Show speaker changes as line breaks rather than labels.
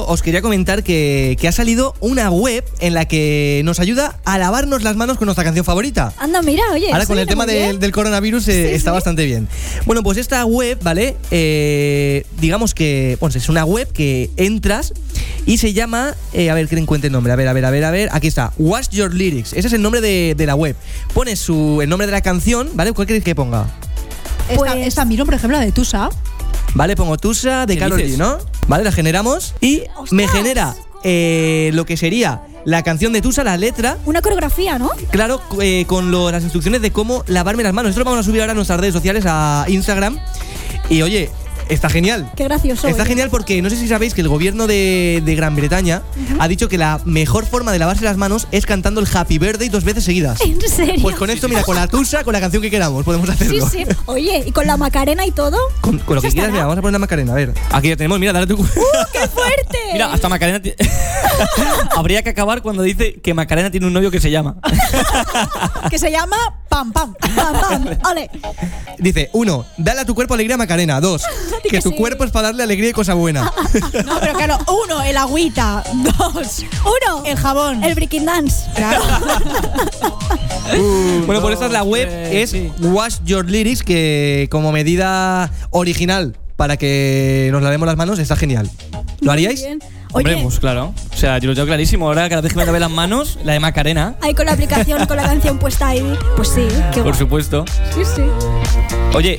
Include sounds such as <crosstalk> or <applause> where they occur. os quería comentar que, que ha salido una web en la que nos ayuda a lavarnos las manos con nuestra canción favorita.
Anda, mira, oye.
Ahora con el
suena
tema
muy
del-
bien.
del coronavirus eh,
Sí,
está
sí.
bastante bien. Bueno, pues esta web, ¿vale? Eh, digamos que bueno, es una web que entras y se llama, eh, a ver que le encuentre el nombre, a ver, a ver, a ver, a ver, aquí está, Watch Your Lyrics, ese es el nombre de, de la web. Pones su, el nombre de la canción, ¿vale? ¿Cuál quieres que ponga?
Esta,
Pues-
esta miro, por ejemplo, la de Tusa.
Vale, pongo Tusa de
¿Qué
Karol G,
dices?
¿no? Vale, la generamos y me genera eh, lo que sería la canción de Tusa, la letra,
Una coreografía, ¿no?
Claro, eh, con lo- las instrucciones de cómo lavarme las manos. Esto lo vamos a subir ahora a nuestras redes sociales, a Instagram. Y oye, está genial.
Qué gracioso.
Está
oye.
genial porque no sé si sabéis que el gobierno de, de Gran Bretaña ha dicho que la mejor forma de lavarse las manos es cantando el Happy Birthday dos veces seguidas.
<laughs> ¿En serio?
Pues con esto, mira, con la tusa, con la canción que queramos, podemos
Sí,
hacerlo.
sí. Oye, ¿y con la Macarena y todo?
<laughs>
<laughs>
Con, con lo que
Eso
quieras,
estará.
mira, vamos a poner la Macarena. A ver, aquí ya tenemos, mira, dale tu.
¡Qué
<laughs>
fuerte!
<laughs> Mira, hasta Macarena. ti- <laughs> Habría que acabar cuando dice que Macarena tiene un novio que se llama.
Que se llama Pam Pam.
<laughs> Pam, pam, ole.
Dice, uno, dale a tu cuerpo alegría Macarena. Dos,
<laughs> Di
que
que
tu
sí.
cuerpo es para darle alegría y cosa
<laughs>
buena.
No, pero claro, uno, el agüita. Dos,
Uno.
el jabón.
El Breaking Dance.
Claro.
Bueno, por
dos,
esta es la web,
tres,
es
sí.
Wash Your Lyrics, que como medida original para que nos lavemos las manos está genial. ¿Lo haríais?
Bien.
Hombre,
Oye,
pues claro. O sea, yo lo tengo clarísimo. Ahora, cada vez que me lavé las manos, la de Macarena,
ahí con la aplicación, con la canción puesta ahí. Pues sí, qué
por
guay.
supuesto.
Sí, sí.
Oye,